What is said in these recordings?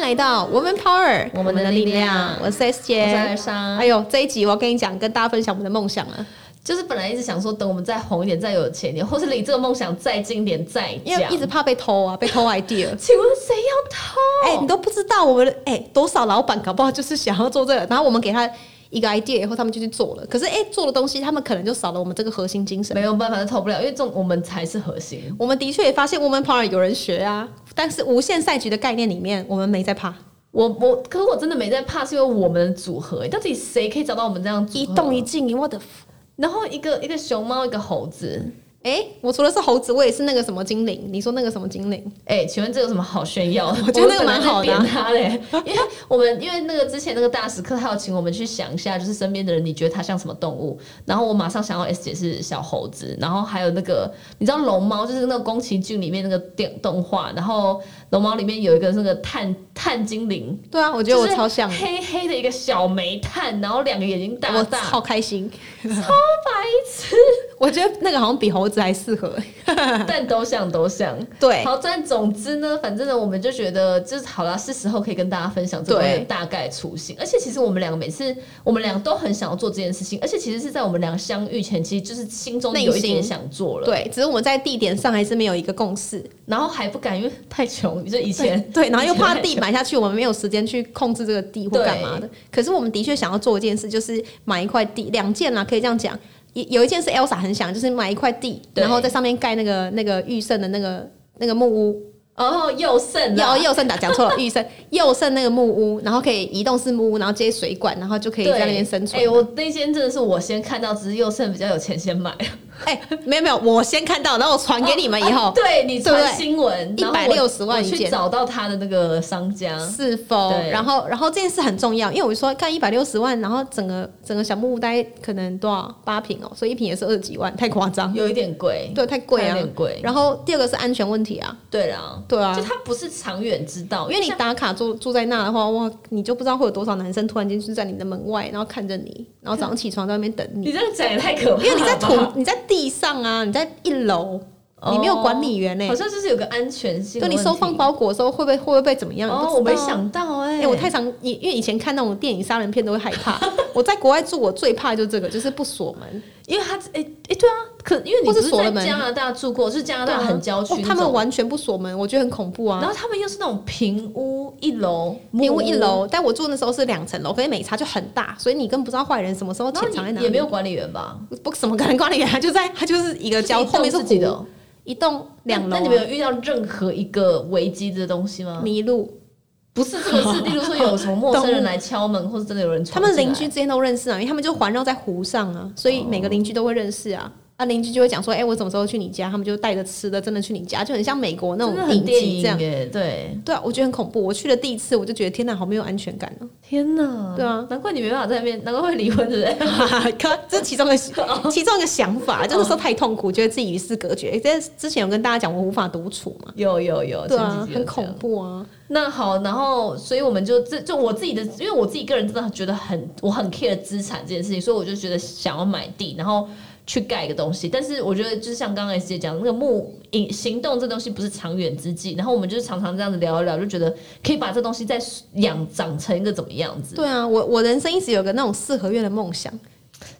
来到 Woman Power，我们的力量我是 S 姐，我是二莎哎呦，这一集我跟你讲，跟大家分享我们的梦想啊，就是本来一直想说，等我们再红一点，再有钱一点，或是离这个梦想再近一点再因为讲。一直怕被偷啊，被偷 idea。 请问谁要偷？哎、你都不知道我们的哎、多少老板搞不好就是想要做这个，然后我们给他一个 idea 以后，他们就去做了。可是哎、做的东西他们可能就少了我们这个核心精神没。有办法，偷不了，因为这种我们才是核心。我们的确也发现 woman power 有人学啊，但是无限赛局的概念里面，我们没在怕，我我，可是我真的没在怕，是因为我们的组合、欸到底谁可以找到我们这样组合一动一，静一 what the。f- 然后一个一个熊猫，一个猴子。哎、我除了是猴子，我也是那个什么精灵。你说那个什么精灵？哎、请问这有什么好炫耀的？我觉得那个蛮好的啊我本来在扁他 嘞，因为我们因为那个之前那个大时刻，他有请我们去想一下，就是身边的人，你觉得他像什么动物？然后我马上想到 S 姐是小猴子，然后还有那个你知道龙猫，就是那个宫崎骏里面那个电动画，然后龙猫里面有一个那个炭炭精灵，对啊，我觉得就我是超像的，黑黑的一个小煤炭，然后两个眼睛大我大，超开心。超白痴， 我觉得那个好像比猴子还适合。但都像都像。对，好，但总之呢，反正呢，我们就觉得就是好啦，是时候可以跟大家分享这个对大概雏形。而且其实我们两个每次，我们俩都很想要做这件事情，而且其实是在我们俩相遇前，其实就是心中有内一点心想做了，，对，只是我们在地点上还是没有一个共识。然后还不敢，因为太穷，就以前嗯对，然后又怕以地前买下去，我们没有时间去控制这个地或干嘛的。可是我们的确想要做一件事，就是买一块地，两件啦，可以这样讲。有有一件是 Elsa 很想，就是买一块地，对然后在上面盖那个那个御圣的那个那个木屋，然后哦又剩要了，佑圣打啊讲错了，御圣 佑圣那个木屋，然后可以移动式木屋，然后接水管，然后就可以在那边生存。哎、我那间真的是我先看到，只是又剩比较有钱先买。哎、没有没有，我先看到，然后我传给你们以啊后， 对你对不传对新闻，然后我160万我一去件找到他的那个商家，是否？嗯对然后然后这件事很重要，因为我就说干一百六十万，然后整个整个小木屋大概可能多少八平哦，所以一平也是二十几万，太夸张，有一点贵，对，太贵有啊。点贵。然后第二个是安全问题啊，对啦，对啊就，他不是长远之道，因为因为你你打卡住住在那的话，哇，你就不知道会有多少男生突然间就在你的门外，然后看着你，然后早上起床在那边等你， 你这样讲也太可怕了吧，因为你在土你在地上啊，你在一楼，你没有管理员呢、 哦好像就是有个安全性的就问题，你收放包裹的时候会不会会不会被怎么样？哦，你我不知没道啊想到哎、哎、我太常以因为以前看那种电影杀人片都会害 怕。我在国外住，我最怕就这个，就是不锁门，因为他哎哎、对啊，可因为你或不是是锁了在门加拿大住过，就是加拿对大啊很郊区哦那种、他们完全不锁门，我觉得很恐怖然啊。后他们又是那种平屋一楼，平屋木一。楼，但我住那时候是两层楼，可是每层就很大，所以你根本不知道坏人什么时候潜然藏在哪后你里。也没有管理员吧？不什么可能管理员，他就在 他就是一个就郊一栋 后面是自己的湖，哦一栋两楼啊、那你们有遇到任何一个危机的东西吗？迷路？不是这个是，例如说有什么陌生人来敲门，或是真的有人他闯进们来邻居之间都认识啊，因为他们就环绕在湖上啊，所以每个邻居都会认识啊。啊，邻居就会讲说，哎、我什么时候去你家？他们就带着吃的，真的去你家，就很像美国那真的种很影电集影这样。耶，对。对啊，我觉得很恐怖。我去了第一次，我就觉得天哪，好没有安全感啊！天哪！对啊，难怪你没办法在那边，难怪会离婚，对不对？ 可这是其 中一个其中一个想哦法，就那时候太痛苦，觉得自己与世隔绝。这之前有跟大家讲，我无法独处嘛。有有有，对前啊几，集有很这恐样。怖啊！那好，然后所以我们就这就我自己的，因为我自己个人真的觉得很我很 care 资产这件事情，所以我就觉得想要买地，然后去盖一个东西。但是我觉得就是像刚刚 S 姐讲的那个木行行动这东西不是长远之计，然后我们就是常常这样子聊一聊，就觉得可以把这东西再养长成一个怎么样子。对啊，我我人生一直有个那种四合院的梦想，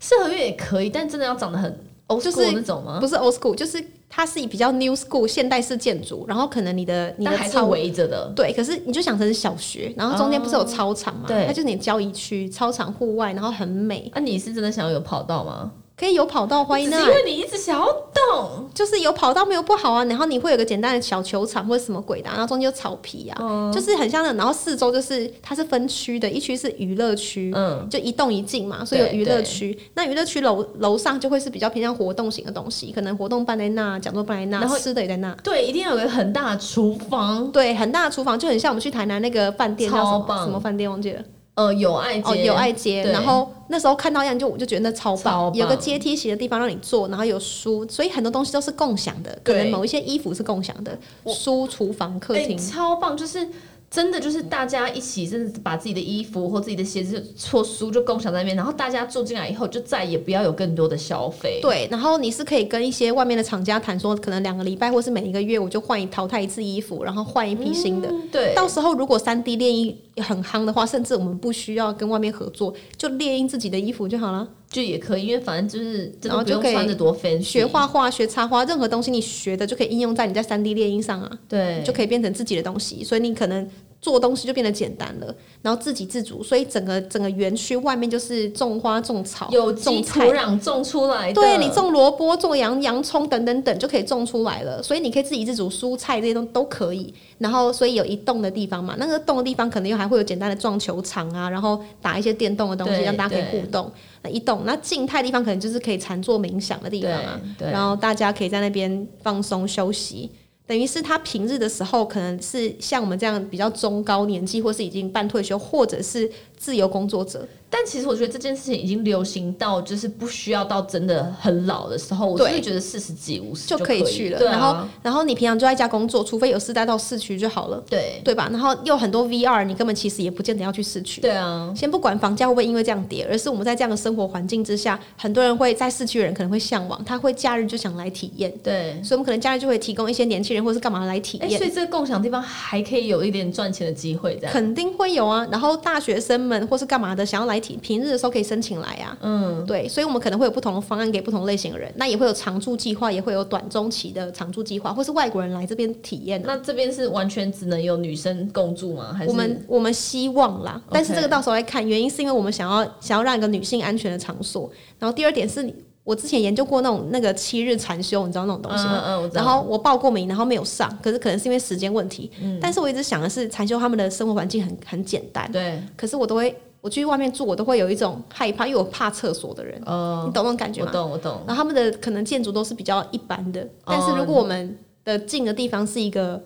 四合院也可以，但真的要长得很哦，就就是是那种吗？不是 old school，就是它是比较 new school 现代式建筑，然后可能你的你但的还是操围着的。对，可是你就想成是小学，然后中间不是有操场嘛？哦对它就是你的郊宜区操场户外，然后很美，那、你是真的想要有跑道吗？可以有跑道欢迎只是因为你一直想要动，就是有跑道没有不好啊，然后你会有个简单的小球场或者什么鬼的啊、然后中间有草皮啊，嗯就是很像那种，然后四周就是它是分区的，一区是娱乐区。嗯，就一栋一进嘛，所以有对娱乐区。那娱乐区楼楼上就会是比较偏向活动型的东西，可能活动办在那，讲座办在那，然后吃的也在那。对，一定要有一个很大的厨房，对，很大的厨房就很像我们去台南那个饭店叫什超么棒什么饭店忘记了呃，有爱街，哦，友爱街。对然后那时候看到样就我就觉得那超棒，超棒有个阶梯型的地方让你坐，然后有书，所以很多东西都是共享的，可对能某一些衣服是共享的，书、厨房、客哎厅。超棒，就是。真的就是大家一起，真的把自己的衣服或自己的鞋子或书就共享在那边，然后大家住进来以后，就再也不要有更多的消费。对，然后你是可以跟一些外面的厂家谈说，可能两个礼拜或是每一个月，我就换一淘汰一次衣服，然后换一批新的。嗯对，到时候如果三 D 猎鹰很夯的话，甚至我们不需要跟外面合作，就猎鹰自己的衣服就好了。就也可以，因为反正就是真啊然后的不就用可以穿的多 fancy，学画画、学插花，任何东西你学的就可以应用在你在三 D 猎鹰上啊，对，就可以变成自己的东西。所以你可能做东西就变得简单了，然后自给自足。所以整个整个园区外面就是种花、种草、有机种土菜。壤种出来的，对你种萝卜、种洋洋葱等等等就可以种出来了，所以你可以自给自足，蔬菜这些东都可以。然后，所以有一栋的地方嘛，那个栋的地方可能又还会有简单的撞球场啊，然后打一些电动的东西，对让大家可以对互动。那一栋，那静态地方可能就是可以禅坐冥想的地对方啊，对，然后大家可以在那边放松休息。等于是他平日的时候，可能是像我们这样比较中高年纪，或是已经半退休，或者是自由工作者，但其实我觉得这件事情已经流行到，就是不需要到真的很老的时候，我真的对觉得四十几、五十就可可以去了。对啊然后，然后你平常就在家工作，除非有事带到市区就好了，对对吧？然后又很多 VR，你根本其实也不见得要去市区。对啊，先不管房价会不会因为这样跌，而是我们在这样的生活环境之下，很多人会在市区的人可能会向往，他会假日就想来体验，对。所以我们可能假日就会提供一些年轻人或是干嘛来体哎、验所。以这个共享地方还可以有一点赚钱的机会，这样。肯定会有啊，然后大学生们或是干嘛的，想要来体平日的时候可以申请来啊。嗯，对，所以我们可能会有不同的方案给不同类型的人，那也会有常住计划，也会有短中期的常住计划，或是外国人来这边体验啊。那这边是完全只能有女生共住吗？还是我们我们希望啦，但是这个 OK 到时候来看，原因是因为我们想要想要让一个女性安全的场所，然后第二点是我之前研究过那种那个七日禅修，你知道那种东西吗？嗯嗯，我知道。然后我报过名，然后没有上，可是可能是因为时间问题。嗯但是我一直想的是，禅修他们的生活环境很很简单，对，可是我都会，我去外面住，我都会有一种害怕，因为我怕厕所的人，呃你，懂那种感觉我吗？懂，我懂。哦然后他们的可能建筑都是比较一般的，但是如果我们的近的地方是一个。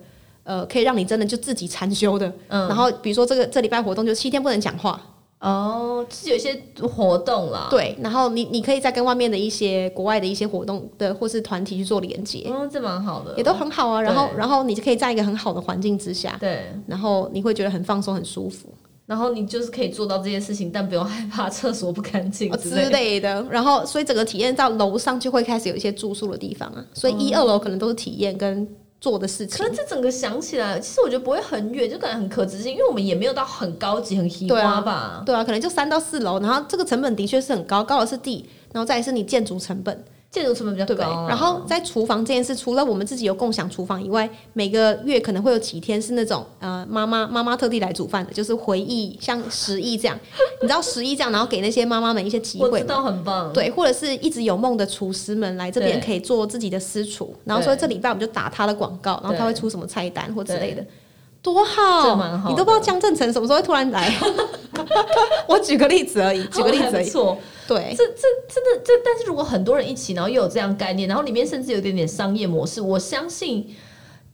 呃，可以让你真的就自己禅修的，嗯然后比如说这个这礼拜活动就七天不能讲话，哦，就是有一些活动啦。对，然后你你可以再跟外面的一些国外的一些活动的或是团体去做连接，哦，这蛮好的。也都很好啊。然后对然后你就可以在一个很好的环境之下，对，然后你会觉得很放松很舒服。然后你就是可以做到这些事情，但不用害怕厕所不干净哦之之类的。类的。然后，所以整个体验到楼上就会开始有一些住宿的地方啊，哦所以一、二楼可能都是体验跟做的事情可。是这整个想起来，其实我觉得不会很远，就感觉很可执行，因为我们也没有到很高级、很奇对花啊吧。对啊，可能就三到四楼，然后这个成本的确是很高，高的是地，然后再来是你建筑成本，建筑成本比对较不对？高啊、然后在厨房这件事，除了我们自己有共享厨房以外，每个月可能会有几天是那种呃妈妈妈妈特地来煮饭的，就是回忆像十亿这样，你知道十亿这样，然后给那些妈妈们一些机我会知道很棒，对，或者是一直有梦的厨师们来这边嗯对可以做自己的私厨，然后说这礼拜我们就打他的广告，然后他会对出什么菜单或之类的对，多这好！蛮好你都不知道江正成什么时候会突然来。哦 我举个例子而已，举个例子哎而没已。哦错，对，真的这，但是如果很多人一起，然后又有这样概念，然后里面甚至有一点点商业模式，我相信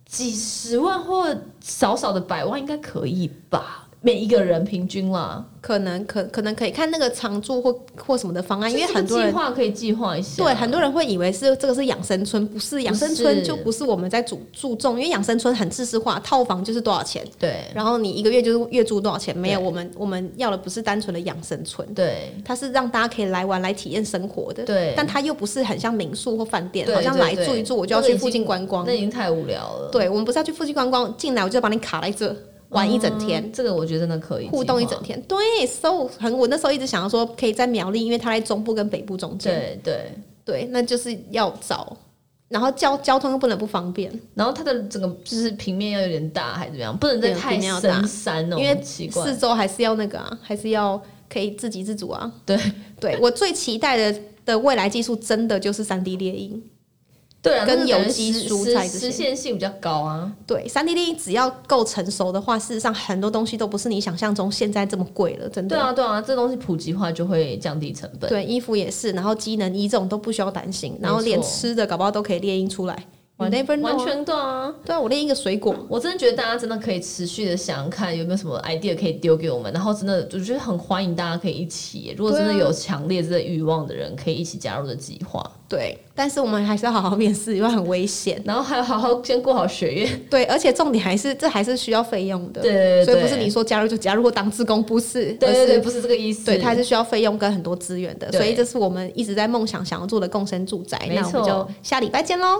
几十万或少少的百万应该可以吧，每一个人平均啦，可能可可能可以看那个常住或或什么的方啊案，因为就是这个很多人计划可以计划一下，对很多人会以为是这个是养生村，不是养生村就不是我们在注注重，因为养生村很制式化，套房就是多少钱，对然后你一个月就是月租多少钱，没有对我们我们要的不是单纯的养生村。对它是让大家可以来玩、来体验生活的。对但它又不是很像民宿或饭店，对好像来对对住一住我就要那个去已附近经观光那。已经太无聊了，对，我们不是要去附近观光，进来我就把你卡在这玩一整天。嗯这个我觉得真的可以互动一计划整天，对，so 很我那时候一直想要说可以在苗栗，因为它在中部跟北部中间，对对，对，那就是要找，然后交交通又不能不方便，然后它的整个就是平面要有点大，还是怎么样？不能再对啊太平面要大深山哦，因为很奇怪。四周还是要那个啊，还是要可以自给自足啊。对，对我最期待的的未来技术，真的就是三 D 猎鹰。对啊，跟那个感觉有机实蔬菜实这些实现性比较高啊。对，三 D 电影只要够成熟的话，事实上很多东西都不是你想象中现在这么贵了，真对的。啊，对啊，这东西普及化就会降低成本。对衣服也是，然后机能衣这种都不需要担心，然后没错连吃的搞不好都可以猎鹰出来， You never 完 know 啊。全对啊。对啊，我练一个水果，我真的觉得大家真的可以持续的想想看有没有什么 idea 可以丢给我们，然后真的我觉得很欢迎大家可以一起耶。如果真的对啊有强烈这个欲望的人，可以一起加入的计划。对，但是我们还是要好好面试，因为很危险。然后还好好先过好学业，对，而且重点还是这还是需要费用的，对对对，所以不是你说加入就加入或当志工， 不是，对对对，而是不是这个意思，对，它还是需要费用跟很多资源的，对所以这是我们一直在梦想想要做的共生住宅。没那错我们就下礼拜见喽，